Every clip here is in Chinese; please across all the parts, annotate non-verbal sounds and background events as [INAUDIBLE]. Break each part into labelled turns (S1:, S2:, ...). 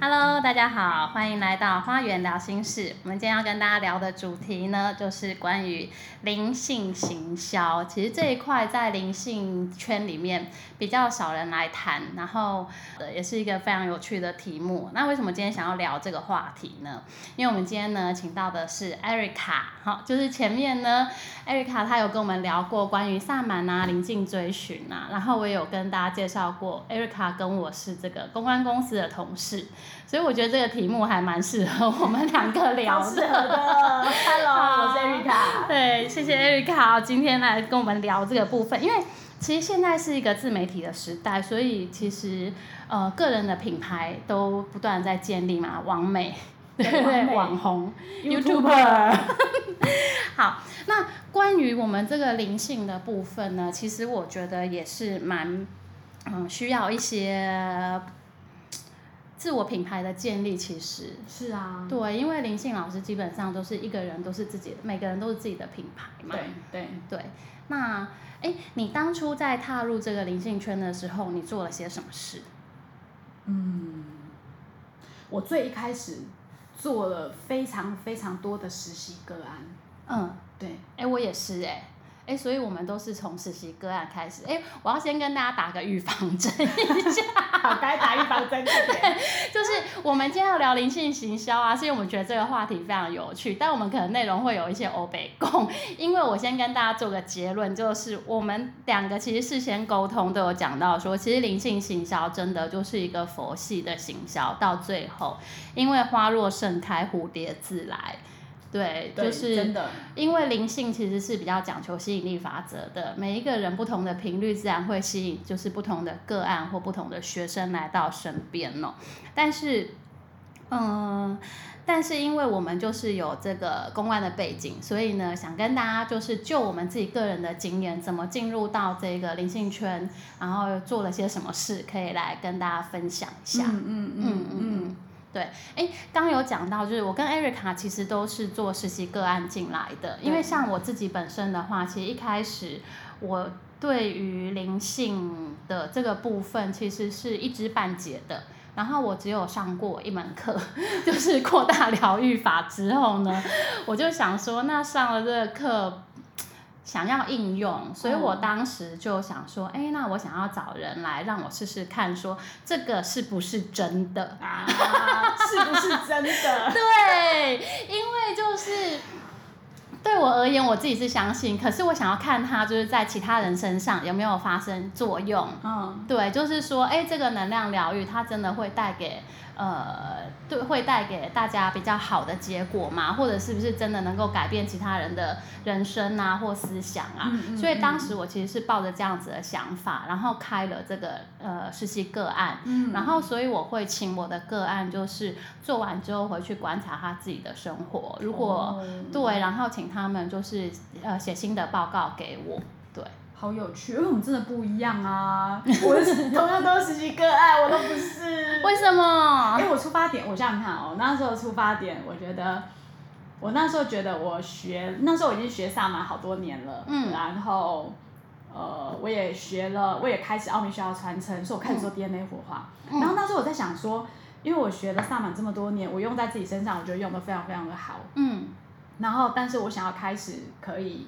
S1: Hello，大家好，欢迎来到花园聊心事。我们今天要跟大家聊的主题呢，就是关于灵性行销。其实这一块在灵性圈里面比较少人来谈，然后呃也是一个非常有趣的题目。那为什么今天想要聊这个话题呢？因为我们今天呢，请到的是 Erica，好，就是前面呢，Erica 她有跟我们聊过关于萨满啊、灵性追寻啊，然后我也有跟大家介绍过，Erica 跟我是这个公关公司的同事。所以我觉得这个题目还蛮适合我们两个聊
S2: 超适合 [LAUGHS]
S1: 的。
S2: 的。Hello，我
S1: 好
S2: 是 Erica。
S1: 对，谢谢 Erica 今天来跟我们聊这个部分，因为其实现在是一个自媒体的时代，所以其实呃个人的品牌都不断地在建立嘛，网美，对对
S2: 对网
S1: 对，
S2: 美
S1: 网红
S2: YouTuber。
S1: 好，那关于我们这个灵性的部分呢，其实我觉得也是蛮，嗯，需要一些自我品牌的建立。其实，
S2: 是啊。
S1: 对，因为灵性老师基本上都是一个人都是自己，每个人都是自己的品牌嘛。
S2: 对对。
S1: 对，那哎，你当初在踏入这个灵性圈的时候，你做了些什么事？
S2: 嗯我最一开始做了非常非常多的实习个案。
S1: 嗯，
S2: 对。
S1: 哎，我也是哎、哎，所以我们都是从实习个案开始。哎，我要先跟大家打个预防针，
S2: 好，该打预防针这 [LAUGHS] 边。
S1: 就是我们今天要聊灵性行销啊，是因为我们觉得这个话题非常有趣，但我们可能内容会有一些欧北共。因为我先跟大家做个结论，就是我们两个其实事先沟通都有讲到说，其实灵性行销真的就是一个佛系的行销，到最后，因为花若盛开，蝴蝶自来。对，
S2: 对
S1: 就是
S2: 真的。
S1: 因为灵性其实是比较讲求吸引力法则的，每一个人不同的频率，自然会吸引就是不同的个案或不同的学生来到身边哦。但是，嗯，但是因为我们就是有这个公关的背景，所以呢，想跟大家就是就我们自己个人的经验，怎么进入到这个灵性圈，然后做了些什么事，可以来跟大家分享一下。
S2: 嗯
S1: 嗯
S2: 嗯嗯
S1: 嗯嗯
S2: 嗯。
S1: 对，哎，刚有讲到，就是我跟 Erica 其实都是做实习个案进来的，因为
S2: 对
S1: 像我自己本身的话，其实一开始我对于灵性的这个部分其实是一知半解的。然后我只有上过一门课， [LAUGHS] 就是扩大疗愈法之后
S2: [LAUGHS]
S1: 呢，我就想说，那上了这个课，想要应用，所以我
S2: 嗯
S1: 当时就想说，哎、那我想要找人来让我试试看说这个是不是真的。
S2: 啊，是不是真 [LAUGHS] 的？
S1: 对，因为就是对我而言，我自己是相信，可是我想要看它就是在其他人身上有没有发生作用。
S2: 嗯。
S1: 对，就是说，哎，这个能量疗愈，它真的会带给呃，对，会带给大家比较好的结果吗？或者是不是真的能够改变其他人的人生啊，或思想啊？
S2: 嗯嗯
S1: 所以当
S2: 嗯
S1: 时我其实是抱着这样子的想法，然后开了这个呃实习个案，
S2: 嗯
S1: 然后所以我会请我的个案就是做完之后回去观察他自己的生活，如果、
S2: 哦
S1: 对，然后请他们就是呃写新的报告给我，对。
S2: 好有趣，因为我们真的不一样 [LAUGHS] 啊！我是同样都是实习个案，我都不是。
S1: 为什么
S2: 因？为我出发点，我想想看哦，那时候出发点，我觉得，我那时候觉得我学，那时候我已经学萨满好多年了，
S1: 嗯
S2: 然后，呃，我也学了，我也开始奥秘学校传承，所以我开始做 DNA 火化。然后那时候我在想说，因为我学了萨满这么多年，我用在自己身上，我觉得用的非常非常的好。
S1: 嗯
S2: 然后，但是我想要开始可以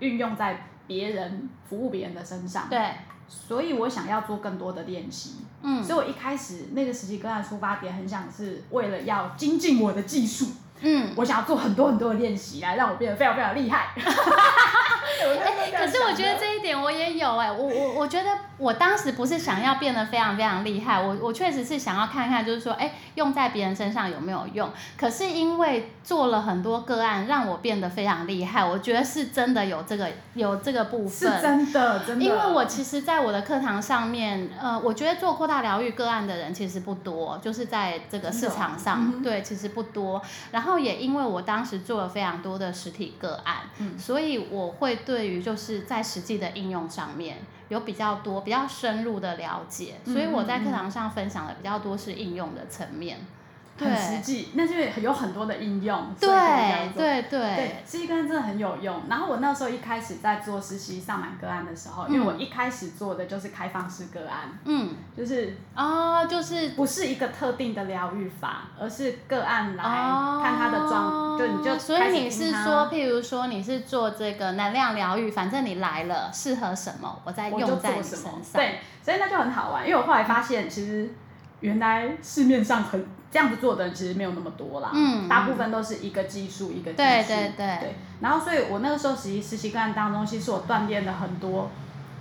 S2: 运用在别人服务别人的身上，，
S1: 对，
S2: 所以我想要做更多的练习，
S1: 嗯
S2: 所以我一开始那个实习个案出发点很想是为了要精进我的技术，
S1: 嗯。
S2: 我想要做很 [LAUGHS] 多很多的练习来让我变得非常非常厉害。哎
S1: 可是我觉得这一点我也有哎、我我我觉得我当时不是想要变得非常非常厉害，我我确实是想要看看，就是说，哎、用在别人身上有没有用。可是因为做了很多个案，让我变得非常厉害，我觉得是真的有这个有这个部
S2: 是
S1: 分。
S2: 真的，真的。
S1: 因为我其实，在我的课堂上面，呃，我觉得做扩大疗愈个案的人其实不多，就是在这个市场上，
S2: 嗯
S1: 对，其实不多。然后也因为我当时做了非常多的实体个案，
S2: 嗯
S1: 所以我会对于就是在实际的应用上面有比较多、比较深入的了解，
S2: 嗯
S1: 所以我在课堂上分享的比较多是应用的层面。
S2: 很实际，那就是有很多的应用。所以可以这样
S1: 对
S2: 做
S1: 对
S2: 对
S1: 对，，
S2: 实习个案真的很有用。然后我那时候一开始在做实习上满个案的时候，
S1: 嗯
S2: 因为我一开始做的就是开放式个案，
S1: 嗯，
S2: 就是
S1: 啊、就是
S2: 不是一个特定的疗愈法，而是个案来
S1: 哦，
S2: 看他的状，就你就
S1: 所以
S2: 开始
S1: 你是
S2: 听他
S1: 说，譬如说你是做这个能量疗愈，反正你来了，适合什么，我再
S2: 我就
S1: 用在
S2: 做
S1: 你
S2: 什
S1: 身
S2: 么
S1: 上。，
S2: 对，所以那就很好玩。因为我后来发现，其实原来市面上很这样子做的人其实没有那么多啦，
S1: 嗯
S2: 大部分都是一个技术一个技术，
S1: 对对对
S2: 对。然后，所以我那个时候实习实习个案当中，其实我锻炼了很多，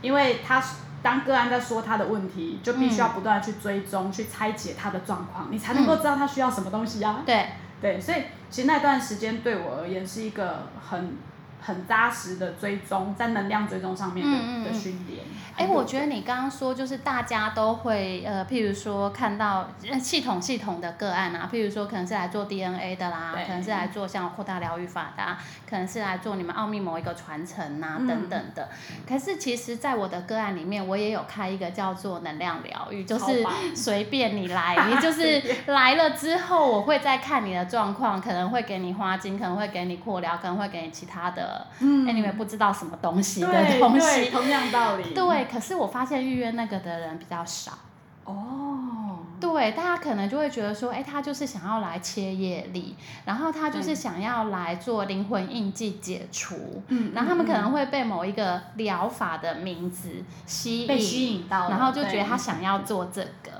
S2: 因为他当个案在说他的问题，就必须
S1: 嗯
S2: 要不断的去追踪、去拆解他的状况，你才能够知道他需要什么东西啊。
S1: 对，
S2: 对，所以其实那段时间对我而言是一个很很扎实的追踪，在能量追踪上面的、
S1: 嗯嗯嗯
S2: 的训练。
S1: 哎、我觉
S2: 得
S1: 得你刚刚说就是大家都会呃，譬如说看到呃系统系统的个案啊，譬如说可能是来做 DNA 的啦，
S2: 对
S1: 可能是来做像扩大疗愈法的、啊，可能是来做你们奥秘某一个传承啊、
S2: 嗯
S1: 等等的。可是其实，在我的个案里面，我也有开一个叫做能量疗愈，就
S2: 超
S1: 是
S2: 棒
S1: 随便你来，
S2: [LAUGHS]
S1: 你就
S2: 随
S1: 是来了之后，我会再看你的状况，可能会给你花精，可能会给你扩疗，可能会给你其他的，
S2: 嗯
S1: a n y w a y 不知道什么东西的
S2: 对
S1: 东
S2: 对，
S1: 西。
S2: 同样道理。
S1: 对，可是我发现预约那个的人比较少。
S2: 哦，
S1: 对，大家可能就会觉得说，哎，他就是想要来切业力，然后他就是
S2: 嗯
S1: 想要来做灵魂印记解除，
S2: 嗯
S1: 然后他们可能
S2: 会
S1: 会被某一个疗法的名字吸
S2: 嗯被
S1: 引，
S2: 吸引到了，
S1: 然后就觉得
S2: 对 [LAUGHS]
S1: 他想要做这个。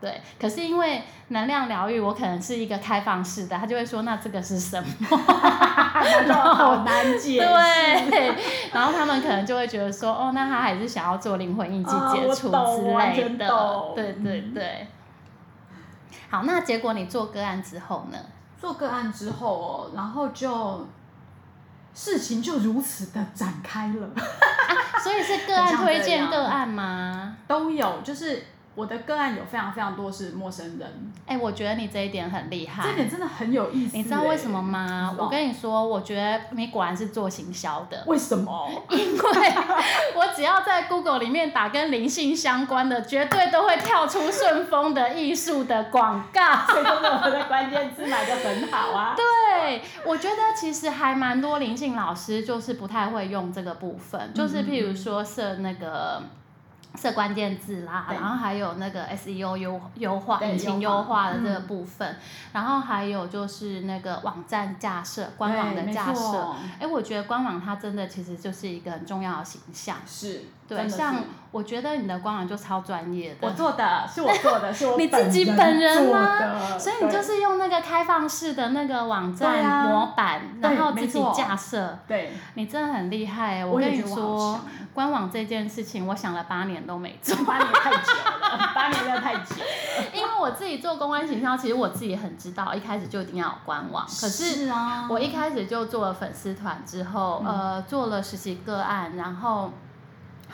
S1: 对，可是因为能量疗愈，我可能是一个开放式的，他就会说那这个是什么？[LAUGHS]
S2: 就好难解释。
S1: 对，然后他们可能就会觉得说，哦，那他还是想要做灵魂印记
S2: 啊
S1: 解
S2: 我
S1: 除
S2: 懂
S1: 之
S2: 我完
S1: 类
S2: 全
S1: 的，
S2: 懂嗯
S1: 对对对。好，那结果你做个案之后呢？
S2: 做个案之后哦，然后就事情就如此的展开了。
S1: 啊所以是个
S2: 很
S1: 案
S2: 像
S1: 推
S2: 这
S1: 荐
S2: 样
S1: 个案吗？
S2: 都有，就是我的个案有非常非常多是陌生人，
S1: 哎、我觉得你这一点很厉害。
S2: 这欸点真的很有意思欸。
S1: 你知道为什么吗
S2: 不？知道
S1: 我跟你说，我觉得你果然是做行销的，
S2: 为
S1: [LAUGHS]
S2: 什么？
S1: 因为我只要在 Google 里面打跟灵性相关的，绝对都会跳出顺丰的艺术的广告。
S2: 所以都是我的关键字买的很好啊。
S1: 对，我觉得其实还蛮多灵性老师就是不太会用这个部分，就是譬如说设那个。设关键字啦，
S2: 对
S1: 然后还有那个 SEO 优优化、
S2: 对
S1: 引擎
S2: 优化
S1: 优化的这个
S2: 嗯
S1: 部分，然后还有就是那个网站架设、官网的
S2: 对没
S1: 架设
S2: 错。
S1: 哎，我觉得官网它真的其实就是一个很重要的形象。
S2: 是，
S1: 对，
S2: 真的是
S1: 像我觉得你的官网就超专业的，
S2: 我做的是我做
S1: [LAUGHS]
S2: 的，是我
S1: 你自己本人
S2: 做
S1: 吗？
S2: 的，
S1: 所以你就
S2: 对
S1: 是用那个开放式的那个网
S2: 对
S1: 站
S2: 啊
S1: 模板，然
S2: 对
S1: 后自
S2: 没
S1: 己
S2: 错
S1: 架设，
S2: 对。
S1: 你真的很厉害欸！我
S2: 我也
S1: 跟你
S2: 觉得我好
S1: 说
S2: 强，
S1: 官网这件事情，我想了八年都没做，
S2: 八年太久了， [LAUGHS] 八年真的太久
S1: [LAUGHS]
S2: 了。
S1: 因为我自己做公关行销，其实我自己很知道，一开始就一定要有官网，可是。
S2: 啊嗯
S1: 我一开始就做了粉丝团，之后、呃做了实习个案，然后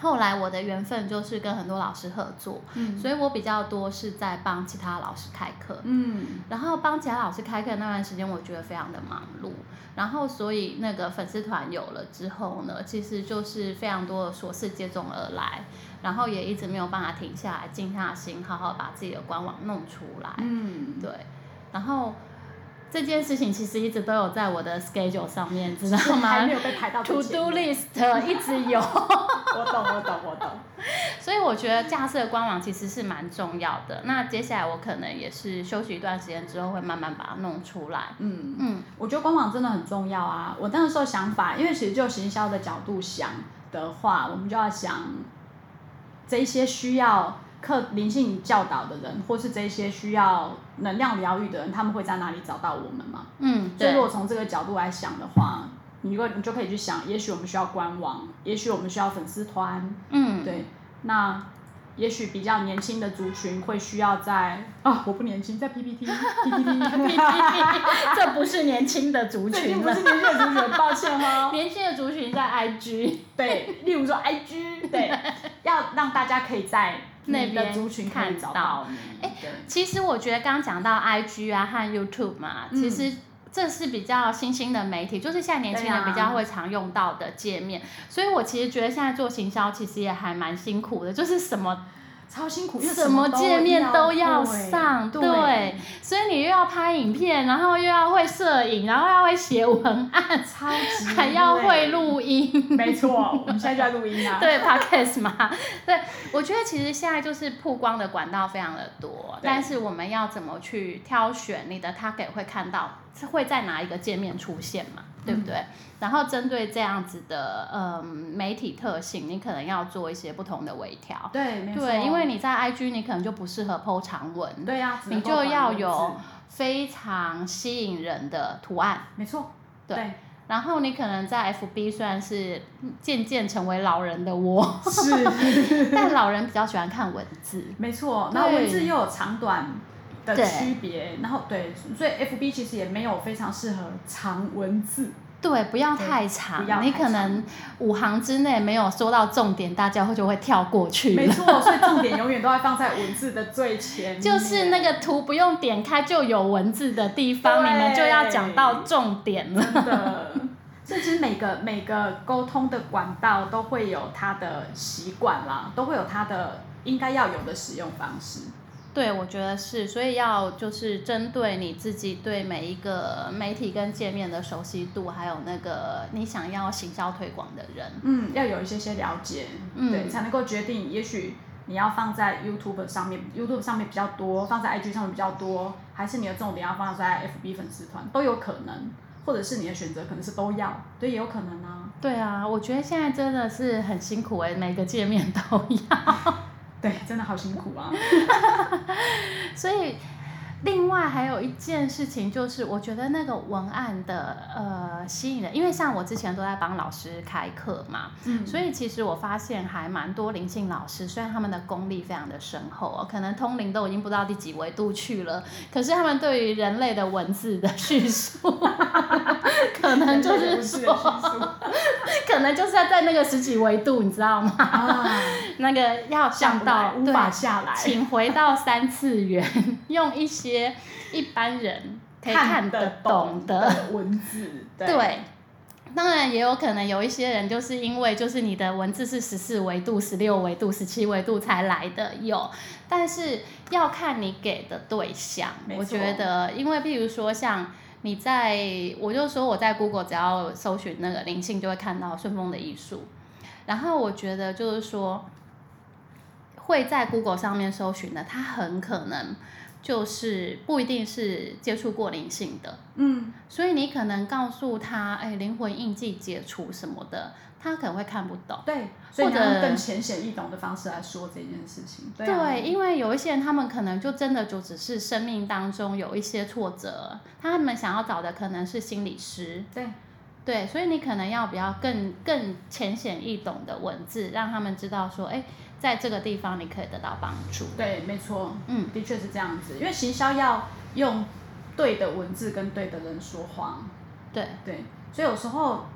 S1: 后来我的缘分就是跟很多老师合作，
S2: 嗯
S1: 所以我比较多是在帮其他老师开课。
S2: 嗯，
S1: 然后帮其他老师开课那段时间，我觉得非常的忙碌。然后，所以那个粉丝团有了之后呢，其实就是非常多的琐事接踵而来，然后也一直没有办法停下来，静下心，好好把自己的官网弄出来。
S2: 嗯，
S1: 对，然后这件事情其实一直都有在我的 schedule 上面，知道
S2: 还
S1: 吗
S2: 没有被排
S1: [LAUGHS]
S2: 到
S1: ？To
S2: 最前
S1: do
S2: 面
S1: list 一直有， [LAUGHS]
S2: 我懂，我懂，我懂。
S1: 所以我觉得架设官网其实是蛮重要的。那接下来我可能也是休息一段时间之后，会慢慢把它弄出来。
S2: 嗯，
S1: 嗯
S2: 我觉得官网真的很重要啊。我那个时候想法，因为其实就行销的角度想的话，我们就要想这一些需要课灵性教导的人，或是这一些需要能量疗愈的人，他们会在哪里找到我们嘛？
S1: 嗯，
S2: 所以
S1: 对
S2: 如，果从这个角度来想的话，你如果你就可以去想，也许我们需要官网，也许我们需要粉丝团，
S1: 嗯，
S2: 对，那也许比较年轻的族群会需要在啊，我不年轻，在
S1: [LAUGHS]
S2: PPT PPT，[LAUGHS]
S1: 这不是年轻的族
S2: 这已经
S1: 群
S2: 不
S1: 了
S2: 是，年轻的族群，抱歉
S1: [LAUGHS]
S2: 哦。
S1: 年轻的族群在 IG
S2: 对，例如说 IG，对，
S1: [LAUGHS]
S2: 要让大家可以在
S1: 那
S2: 你的
S1: 边
S2: 族群可以
S1: 看
S2: 找
S1: 到
S2: 你。哎，
S1: 其实我觉得刚讲到 IG 啊和 YouTube 嘛，
S2: 嗯
S1: 其实这是比较新兴的媒体，就是现在年轻人
S2: 对啊
S1: 比较会常用到的界面。所以我其实觉得现在做行销其实也还蛮辛苦的，就是什么
S2: 超辛苦，因为
S1: 什么界面都要
S2: 会
S1: 上，
S2: 对，
S1: 对，所以你又要拍影片，然后又要会摄影，然后要会写文案，
S2: 超级
S1: [LAUGHS] 还要会
S2: 累。
S1: 录音。
S2: 没错，我们现在就在录音啊。
S1: [LAUGHS] 对 podcast 嘛， [LAUGHS] 对我觉得其实现在就是曝光的管道非常的多，
S2: 对
S1: 但是我们要怎么去挑选你的 target 会看到是会在哪一个界面出现嘛，对不对？
S2: 嗯
S1: 然后针对这样子的嗯媒体特性，你可能要做一些不同的微调。
S2: 对，没错。
S1: 对，因为你在 IG 你可能就不适合 PO 长文，
S2: 对呀、只能
S1: 你
S2: 够
S1: 就
S2: 管
S1: 要
S2: 文
S1: 有
S2: 字，
S1: 非常吸引人的图案。
S2: 没错，
S1: 对然后你可能在 FB 虽然是渐渐成为老人的我， [LAUGHS]
S2: 对是，
S1: 但老人比较喜欢看文字。[LAUGHS]
S2: 没错。然后文字
S1: 对
S2: 又有长短的
S1: 对
S2: 区别，然后对，所以 FB 其实也没有非常适合长文字，
S1: 对，不要太长，
S2: 不要太
S1: 你可能五行之内没有说到重点，大家会就会跳过去
S2: 没
S1: 了。
S2: 错。所以重点永远都会放在文字的最前
S1: [LAUGHS]
S2: 面，
S1: 就是那个图不用点开就有文字的地方，
S2: 对
S1: 你们就要讲到重点了。 [LAUGHS]
S2: 真的。所以其实每个每个沟通的管道都会有它的习惯啦，都会有它的应该要有的使用方式。
S1: 对，我觉得是，所以要就是针对你自己对每一个媒体跟界面的熟悉度，还有那个你想要行销推广的人，
S2: 嗯，要有一些些了解，
S1: 嗯
S2: 对，才能够决定。也许你要放在 YouTube 上面，YouTube 上面比较多，放在 IG 上面比较多，还是你的重点要放在 FB 粉丝团，都有可能，或者是你的选择可能是都要，对，也有可能啊。
S1: 对啊，我觉得现在真的是很辛苦哎、每个界面都要。
S2: 对，真的好辛苦啊。
S1: 所以，另外还有一件事情就是，我觉得那个文案的呃吸引人，因为像我之前都在帮老师开课嘛，
S2: 嗯，
S1: 所以其实我发现还蛮多灵性老师，虽然他们的功力非常的深厚哦，可能通灵都已经不知道第几维度去了，可是他们对于人类的文字的叙述， [LAUGHS] 可能就
S2: 人类的
S1: 是
S2: 故事
S1: 说，
S2: 的叙述
S1: 可能就是要在那个十几维度，你知道吗？ [LAUGHS]
S2: 啊，
S1: 那个要
S2: 想
S1: 上
S2: 不
S1: 到
S2: 来无法
S1: 对
S2: 下来，
S1: 请回到三次元，用一些一般人可以看得懂的。
S2: 的文字，
S1: 对，当然也有可能有一些人就是因为就是你的文字是十四维度、十六维度、十七维度才来的有，但是要看你给的对象。
S2: 没
S1: 我
S2: 错
S1: 觉得，因为譬如说像。你在，我就说我在 Google 只要搜寻那个灵性，就会看到顺丰的艺术。然后我觉得就是说，会在 Google 上面搜寻的，它很可能就是不一定是接触过灵性的，
S2: 嗯，
S1: 所以你可能告诉他，哎，灵魂印记解除什么的，他可能会看不懂。
S2: 对，所以
S1: 或
S2: 你
S1: 者
S2: 要用更浅显易懂的方式来说这件事情，对啊
S1: 对，因为有一些人他们可能就真的就只是生命当中有一些挫折，他们想要找的可能是心理师。
S2: 对，
S1: 对，所以你可能要比较更更浅显易懂的文字，让他们知道说，哎，在这个地方你可以得到帮助。
S2: 对，没错，
S1: 嗯，
S2: 的确是这样子，因为行销要用对的文字跟对的人说话，
S1: 对，
S2: 对，所以有时候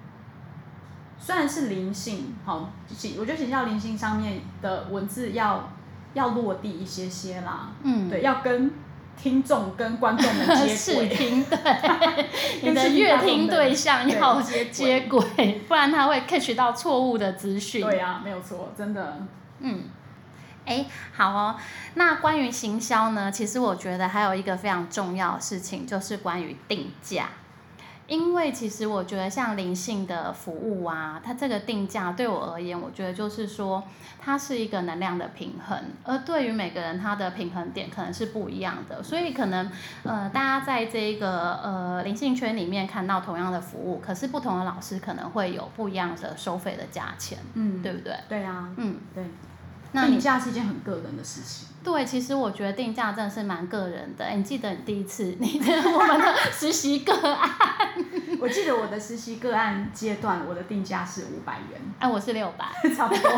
S2: 虽然是灵性，好，行我觉得行销灵性上面的文字要要落地一些些啦，
S1: 嗯， [LAUGHS]
S2: 对，要跟听众跟观众们接
S1: 视
S2: 轨，
S1: 听
S2: [LAUGHS]
S1: 对，你
S2: 跟
S1: 的
S2: 视频
S1: 乐
S2: 大众
S1: 听
S2: 的
S1: 对象
S2: 对
S1: 要
S2: 接轨
S1: 接轨，不然他会 catch 到错误的资讯。
S2: 对啊，没有错，真的，
S1: 嗯，哎，好哦。那关于行销呢，其实我觉得还有一个非常重要的事情，就是关于定价。因为其实我觉得像灵性的服务啊，它这个定价对我而言，我觉得就是说它是一个能量的平衡，而对于每个人他的平衡点可能是不一样的，所以可能呃大家在这一个呃灵性圈里面看到同样的服务，可是不同的老师可能会有不一样的收费的价钱，
S2: 嗯，
S1: 对不对？
S2: 对啊，
S1: 嗯，
S2: 对，
S1: 那
S2: 定
S1: 你
S2: 价是一件很个人的
S1: [LAUGHS]
S2: 事情。
S1: 对，其实我觉得定价真的是蛮个人的。哎你记得你第一次你的我们的实习个案，
S2: 我记得我的实习个案阶段，我的定价是五百元，
S1: 哎，我是六百，
S2: 差不多，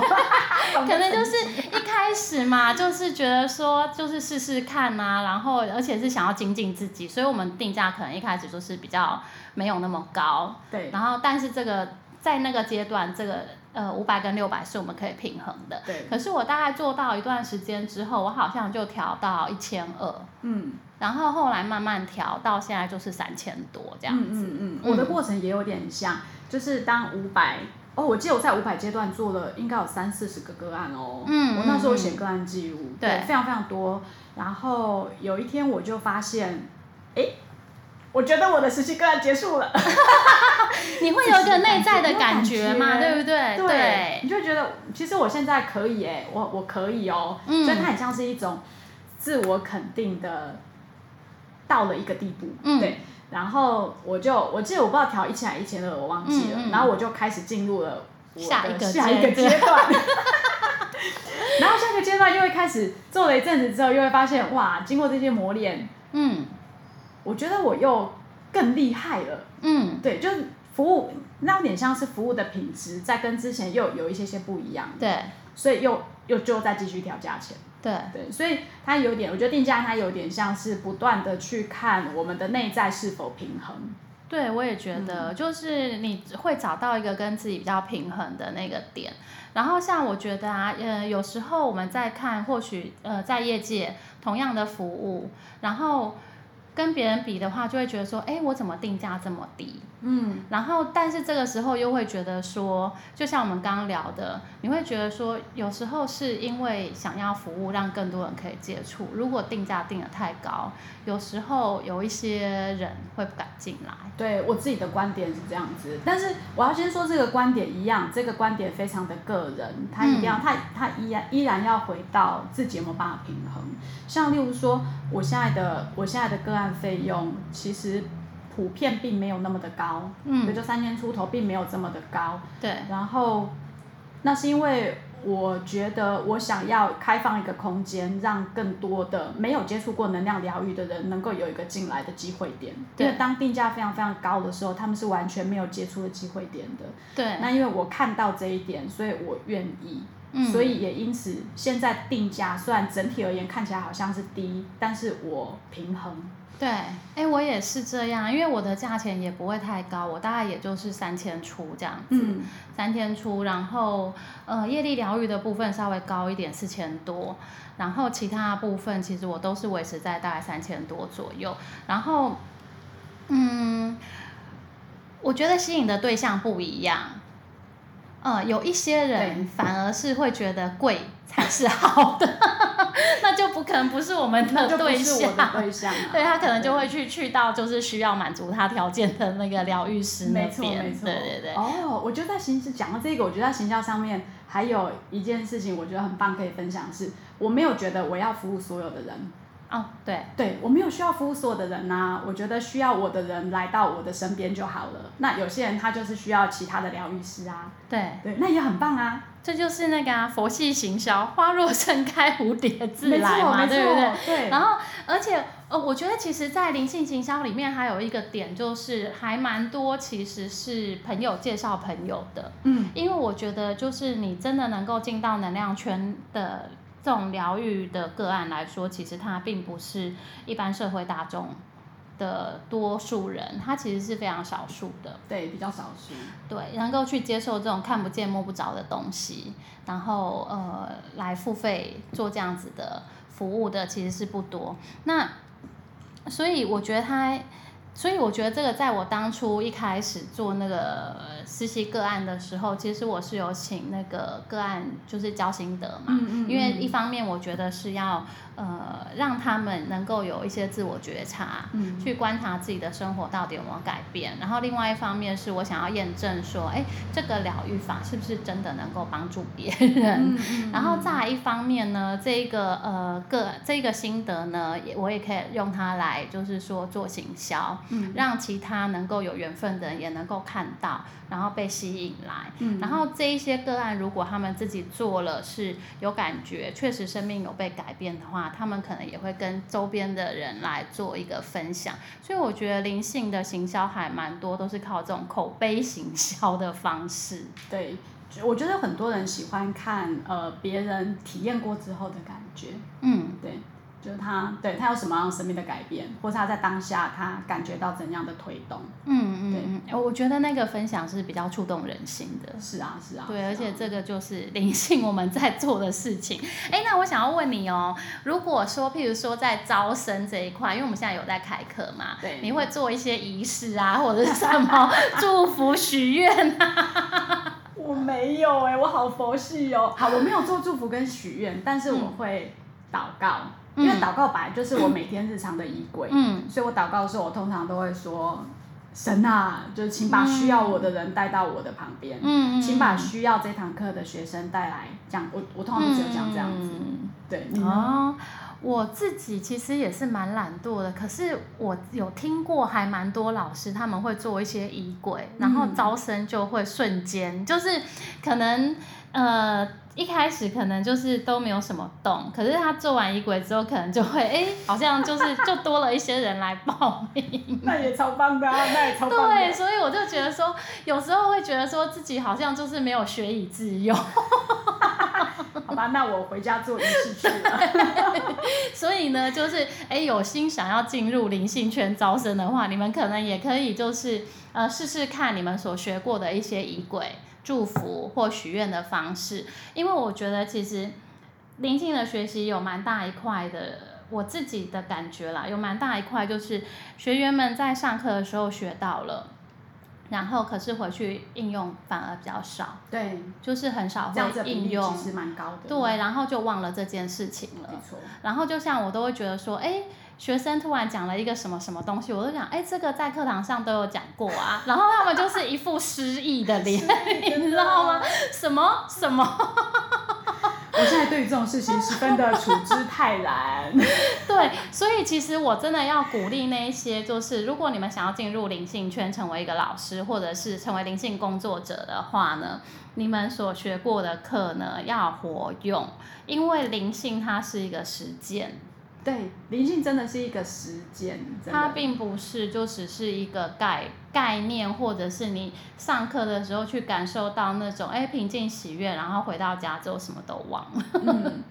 S1: 可能就是一开始嘛，就是觉得说就是试试看呐、然后而且是想要精进自己，所以我们定价可能一开始就是比较没有那么高，
S2: 对
S1: 然后但是这个在那个阶段，这个呃五百跟六百是我们可以平衡的。
S2: 对，
S1: 可是我大概做到一段时间之后，我好像就调到一千二，
S2: 嗯，
S1: 然后后来慢慢调到现在就是三千多这样
S2: 嗯
S1: 子。
S2: 嗯嗯，我的过程也有点像，就是当五百。哦，我记得我在五百阶段做了应该有三四十个个案哦。
S1: 嗯
S2: 我那时候
S1: 嗯
S2: 写个案记录，
S1: 对
S2: 非常非常多。然后有一天我就发现，哎，我觉得我的实习个案结束了。
S1: 你会有一个内在的感
S2: 有
S1: 觉
S2: 感
S1: 嘛，
S2: 觉
S1: 对不哎对？
S2: [LAUGHS] 你就会觉得其实我现在可以哎、我我可以哦、
S1: 嗯
S2: 所以它很像是一种自我肯定的到了一个地步，
S1: 嗯
S2: 对。然后我就我记得我不知道调一千还一千二，我忘记了、
S1: 嗯嗯
S2: 然后我就开始进入了我的
S1: 下一个
S2: 下一个
S1: 阶段
S2: 阶段。
S1: [LAUGHS]
S2: [LAUGHS] 然后下一个阶段又会开始做了一阵子之后，又会发现哇，经过这些磨练，
S1: 嗯
S2: 我觉得我又更厉害了。
S1: 嗯，
S2: 对，就是服务那有点像是服务的品质，在跟之前又有一些些不一样，
S1: 对
S2: 所以又又就再继续调价钱。
S1: 对，
S2: 对，所以它有点，我觉得定价它有点像是不断的去看我们的内在是否平衡。
S1: 对我也觉得，就是你会找到一个跟自己比较平衡的那个点。然后像我觉得啊，呃，有时候我们在看，或许呃，在业界同样的服务，然后跟别人比的话，就会觉得说，哎，我怎么定价这么低？
S2: 嗯，
S1: 然后，但是这个时候又会觉得说，就像我们刚刚聊的，你会觉得说，有时候是因为想要服务让更多人可以接触，如果定价定的太高，有时候有一些人会不敢进来。
S2: 对我自己的观点是这样子，但是我要先说这个观点一样，这个观点非常的个人，他一定要、他他依然依然要回到自己有没有办法平衡。像例如说，我现在的我现在的个案费用其实普遍并没有那么的高，
S1: 嗯
S2: 也就三千出头，并没有这么的高。
S1: 对，
S2: 然后，那是因为我觉得我想要开放一个空间，让更多的没有接触过能量疗愈的人能够有一个进来的机会点。
S1: 对
S2: 因为当定价非常非常高的时候，他们是完全没有接触的机会点的。
S1: 对，
S2: 那因为我看到这一点，所以我愿意。
S1: 嗯
S2: 所以也因此，现在定价虽然整体而言看起来好像是低，但是我平衡。
S1: 对，哎，我也是这样，因为我的价钱也不会太高，我大概也就是三千出这样子，
S2: 嗯
S1: 三千出，然后呃，业力疗愈的部分稍微高一点，四千多，然后其他部分其实我都是维持在大概三千多左右，然后嗯，我觉得吸引的对象不一样。呃，有一些人
S2: 对
S1: 反而是会觉得贵才是好的， [LAUGHS] 那就不可能不是我们
S2: 那
S1: 的
S2: 就不
S1: 对
S2: 是
S1: 象。。
S2: 我的对象、啊
S1: 对他可能就会去去到就是需要满足他条件的那个疗愈师那
S2: 没错，
S1: 边，
S2: 没
S1: 对
S2: 错，
S1: 对对，
S2: 哦，我觉得在行销讲到这个，我觉得在行销上面还有一件事情，我觉得很棒可以分享是，我没有觉得我要服务所有的人，
S1: 哦对，
S2: 对我没有需要服务所有的人呐、我觉得需要我的人来到我的身边就好了。那有些人他就是需要其他的疗愈师啊，
S1: 对，
S2: 对，那也很棒啊，
S1: 这就是那个、啊、佛系行销，花若盛开，蝴蝶自
S2: 没
S1: 来
S2: 错，
S1: 嘛，
S2: 没
S1: 对不对？
S2: 错，对，
S1: 然后，而且，呃，我觉得其实，在灵性行销里面还有一个点，就是还蛮多其实是朋友介绍朋友的，
S2: 嗯，
S1: 因为我觉得就是你真的能够进到能量圈的这种疗愈的个案来说，其实它并不是一般社会大众的多数人，它其实是非常少数的。
S2: 对，比较少数，
S1: 对，能够去接受这种看不见摸不着的东西，然后呃来付费做这样子的服务的其实是不多。那所以我觉得他，所以我觉得这个在我当初一开始做那个呃实习个案的时候，其实我是有请那个个案就是交心得嘛，
S2: 嗯嗯
S1: 因为
S2: 嗯
S1: 一方面我觉得是要呃让他们能够有一些自我觉察，
S2: 嗯
S1: 去观察自己的生活到底有没有改变，然后另外一方面是我想要验证说，哎，这个疗愈法是不是真的能够帮助别人？
S2: 嗯嗯
S1: 然后再来一方面呢，这一个呃个这一个心得呢，也我也可以用它来就是说做行销，
S2: 嗯
S1: 让其他能够有缘分的人也能够看到，然后被吸引来。
S2: 嗯
S1: 然后这一些个案，如果他们自己做了是有感觉，确实生命有被改变的话，他们可能也会跟周边的人来做一个分享。所以我觉得灵性的行销还蛮多，都是靠这种口碑行销的方式。
S2: 对，我觉得很多人喜欢看呃别人体验过之后的感觉，
S1: 嗯
S2: 对，就是他对他有什么样生命的改变，或是他在当下他感觉到怎样的推动。
S1: 嗯
S2: 对
S1: 嗯嗯，我觉得那个分享是比较触动人心的。
S2: 是啊，是啊。
S1: 对，而且
S2: 这
S1: 这个就是灵性我们在做的事情。哎，那我想要问你哦，如果说譬如说在招生这一块，因为我们现在有在开课嘛，
S2: 对
S1: 你会做一些仪式啊，或者是什么 [LAUGHS] 祝福许愿啊？
S2: 我没有哎、我好佛系哦。好，我没有做祝福跟许愿，但是我会祷告，因为
S1: 嗯
S2: 祷告本来就是我每天日常的衣柜，
S1: 嗯
S2: 所以我祷告的时候，我通常都会说：“神啊，就是请把需要我的人带到我的旁边。”
S1: 嗯
S2: 请把需要这堂课的学生带来，这样我我通常都只有讲这样子。
S1: 嗯
S2: 对，你呢？
S1: 哦，我自己其实也是蛮懒惰的，可是我有听过还蛮多老师他们会做一些衣柜，然后
S2: 嗯
S1: 招生就会瞬间，就是可能呃一开始可能就是都没有什么动，可是他做完衣柜之后，可能就会哎、诶好像就是就多了一些人来报名。
S2: 那也超棒的、啊，那也超棒
S1: 嗯
S2: 的。
S1: 对，所以我就觉得说，有时候会觉得说自己好像就是没有学以致用，
S2: 好吧，那我回家做仪式去了。
S1: 所以呢，就是哎，有心想要进入灵性圈招生的话，你们可能也可以就是呃试试看你们所学过的一些仪轨祝福或许愿的方式，因为我觉得其实灵性的学习有蛮大一块的。我自己的感觉啦，有蛮大一块就是学员们在上课的时候学到了，然后可是回去应用反而比较少，
S2: [LAUGHS] 对，
S1: 就是很少
S2: 这样子的
S1: 会
S2: 比
S1: 应
S2: 例
S1: 用
S2: 其，实蛮高的。
S1: 对，，然后就忘了这件事情了
S2: 没。错。
S1: 然后就像我都会觉得说，哎，学生突然讲了一个什么什么东西，我都想，哎，这个在课堂上都有讲过啊。 [LAUGHS] 然后他们就是一副失忆的脸，你知道吗？什么什么？
S2: 我现在对于这种事情十分的处之泰 [LAUGHS] 然。
S1: 对，所以其实我真的要鼓励那一些，就是如果你们想要进入灵性圈，成为一个老师或者是成为灵性工作者的话呢，你们所学过的课呢要活用，因为灵性它是一个实践，
S2: 对，灵性真的是一个实践，真
S1: 它
S2: 的。
S1: 并不是就只是一个概概念，或者是你上课的时候去感受到那种哎平静喜悦，然后回到家之后什么都忘了。
S2: 嗯，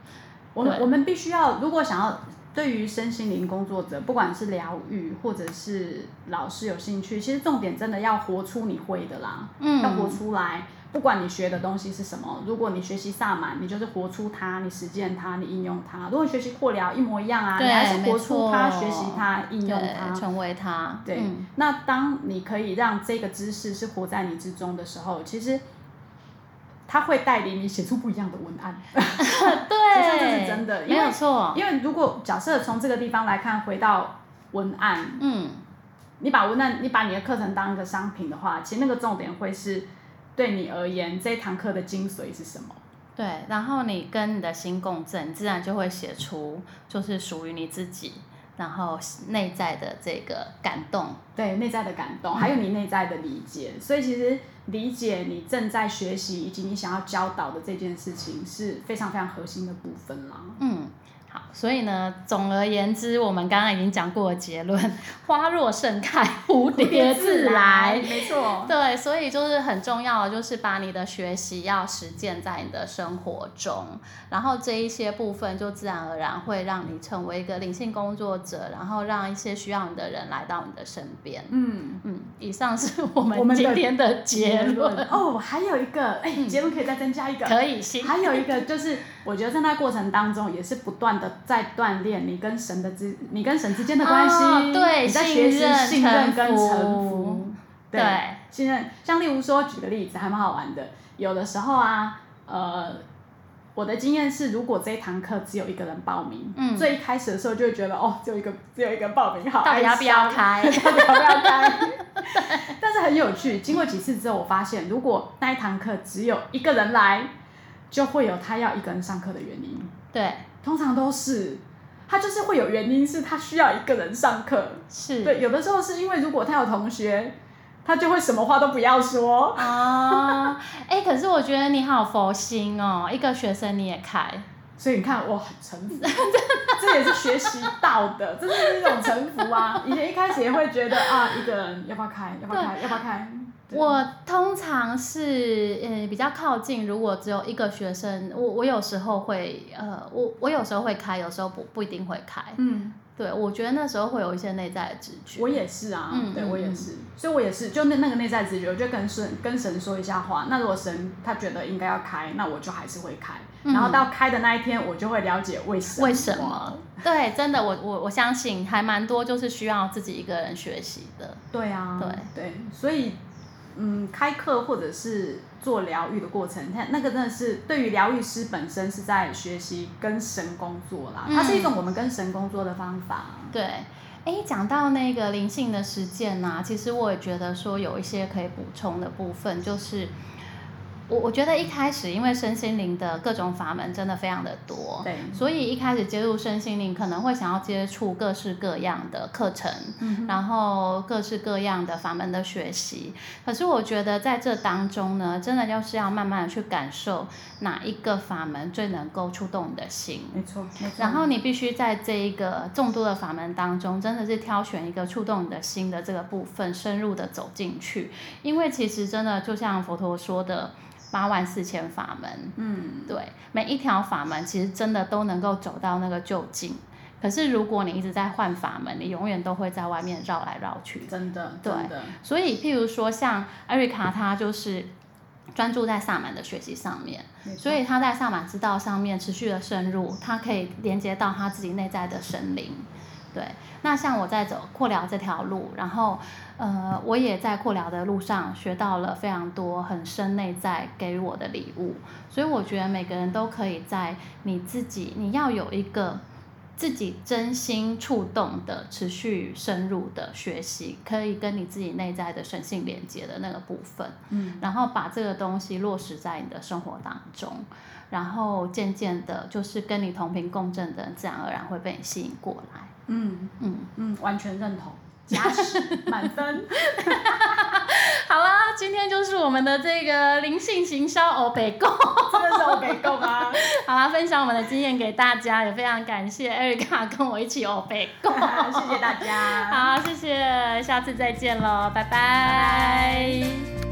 S2: 我们
S1: 对
S2: 我们必须要，如果想要对于身心灵工作者，不管是疗愈或者是老师有兴趣，其实重点真的要活出你会的啦，要活
S1: 嗯，
S2: 出来。不管你学的东西是什么，如果你学习萨满，你就是活出它，你实践它，你应用它。如果你学习扩疗一模一样啊，你
S1: 对
S2: 还是活
S1: 没
S2: 出
S1: 错
S2: 它、学习它、应用
S1: 对，
S2: 它。
S1: 成为它。
S2: 对，
S1: 嗯
S2: 那当你可以让这个知识是活在你之中的时候，其实它会带领你写出不一样的文案。实际上这
S1: 对，
S2: 是真的因
S1: 没
S2: 为
S1: 有错。
S2: [LAUGHS] 因为如果假设从这个地方来看，回到文案，
S1: 嗯，
S2: 你把文案，你把你的课程当一个商品的话，其实那个重点会是对你而言这一堂课的精髓是什么。
S1: 对。然后你跟你的心共振，自然就会写出就是属于你自己，然后内在的这个感动。
S2: 对内在的感动，还有你内在的理解，所以其实理解你正在学习以及你想要教导的这件事情是非常非常核心的部分啦。
S1: 嗯，好，所以呢，总而言之，我们刚刚已经讲过的结论： [LAUGHS] 花若盛开，蝴蝶自来。
S2: 没错，
S1: 对，所以就是很重要的，就是把你的学习要实践在你的生活中，然后这一些部分就自然而然会让你成为一个灵性工作者，然后让一些需要你的人来到你的身边。
S2: 嗯，
S1: 嗯，以上是我
S2: 我们
S1: 们
S2: 的
S1: 今天的结论。嗯
S2: 哦，还有一个，哎、结论可以再增加一个，
S1: 可以行，
S2: 还有一个就是，我觉得在那过程当中，也是不断的在锻炼你跟神的之，你跟神之间的关系、
S1: 哦对
S2: 你在学习
S1: 信任
S2: 信任
S1: 臣
S2: 跟
S1: 服
S2: 臣服，
S1: 对
S2: 信任。像例如说，举个例子还蛮好玩的，有的时候啊，呃，我的经验是，如果这一堂课只有一个人报名，
S1: 嗯
S2: 最一开始的时候就会觉得，哦，只有一个只有一个报名好，
S1: 到底要不要
S2: 哀伤
S1: 开
S2: [LAUGHS] 到底要不要开？但是很有趣，经过几次之后，我发现，如果那一堂课只有一个人来，就会有他要一个人上课的原因，
S1: 对，
S2: 通常都是他就是会有原因，是他需要一个人上课。
S1: 是
S2: 对，有的时候是因为如果他有同学，他就会什么话都不要说。
S1: 啊，哎、可是我觉得你好佛心哦，一个学生你也开，
S2: 所以你看，我很臣
S1: [LAUGHS]
S2: 服，这也是学习到的，这是一种臣服啊。以前一开始也会觉得啊，一个人要不要开，要不要开，要不要开。对
S1: 我通常是呃比较靠近，如果只有一个学生，我我有时候会呃我我有时候会开，有时候不不一定会开。
S2: 嗯，
S1: 对，我觉得那时候会有一些内在的直觉。
S2: 我也是啊，
S1: 嗯
S2: 对
S1: 嗯
S2: 我也是，所以我也是，就那那个内在直觉，我就跟神跟神说一下话。那如果神他觉得应该要开，那我就还是会开。
S1: 嗯
S2: 然后到开的那一天，我就会了解为什么
S1: 为什么？对，真的，我我我相信还蛮多，就是需要自己一个人学习的。
S2: 对啊，
S1: 对
S2: 所以嗯，开课或者是做疗愈的过程，它那个真的是对于疗愈师本身是在学习跟神工作啦，
S1: 嗯
S2: 它是一种我们跟神工作的方法。
S1: 对，哎，讲到那个灵性的实践呐、其实我也觉得说有一些可以补充的部分，就是我我觉得一开始因为身心灵的各种法门真的非常的多，
S2: 对，
S1: 所以一开始接触身心灵可能会想要接触各式各样的课程，
S2: 嗯
S1: 然后各式各样的法门的学习。可是我觉得在这当中呢，真的就是要慢慢的去感受哪一个法门最能够触动你的心。
S2: 没错，没错。
S1: 然后你必须在这一个众多的法门当中，真的是挑选一个触动你的心的这个部分，深入的走进去。因为其实真的就像佛陀说的，八万四千法门，
S2: 嗯，
S1: 对，每一条法门其实真的都能够走到那个究竟。可是如果你一直在换法门，你永远都会在外面绕来绕去。
S2: 真的，
S1: 对
S2: 真的，
S1: 所以，譬如说像艾瑞卡，她就是专注在萨满的学习上面，
S2: 没错
S1: 所以她在萨满之道上面持续的深入，她可以连接到她自己内在的神灵。对，那像我在走扩疗这条路，然后呃，我也在扩疗的路上学到了非常多很深内在给予我的礼物，所以我觉得每个人都可以在你自己，你要有一个自己真心触动的、持续深入的学习，可以跟你自己内在的神性连接的那个部分，
S2: 嗯，
S1: 然后把这个东西落实在你的生活当中，然后渐渐的，就是跟你同频共振的人，自然而然会被你吸引过来。
S2: 嗯
S1: 嗯，
S2: 嗯，完全认
S1: [LAUGHS]
S2: 同，加十满分。
S1: 好啦，今天就是我们的这个灵性行销欧北共。
S2: 真的是我给够吗？
S1: [LAUGHS]
S2: [LAUGHS]
S1: 好啦，分享我们的经验给大家，也非常感谢 Erica 跟我一起欧北共。
S2: 谢谢大家。
S1: 好，谢谢，下次再见喽，拜拜。
S2: 拜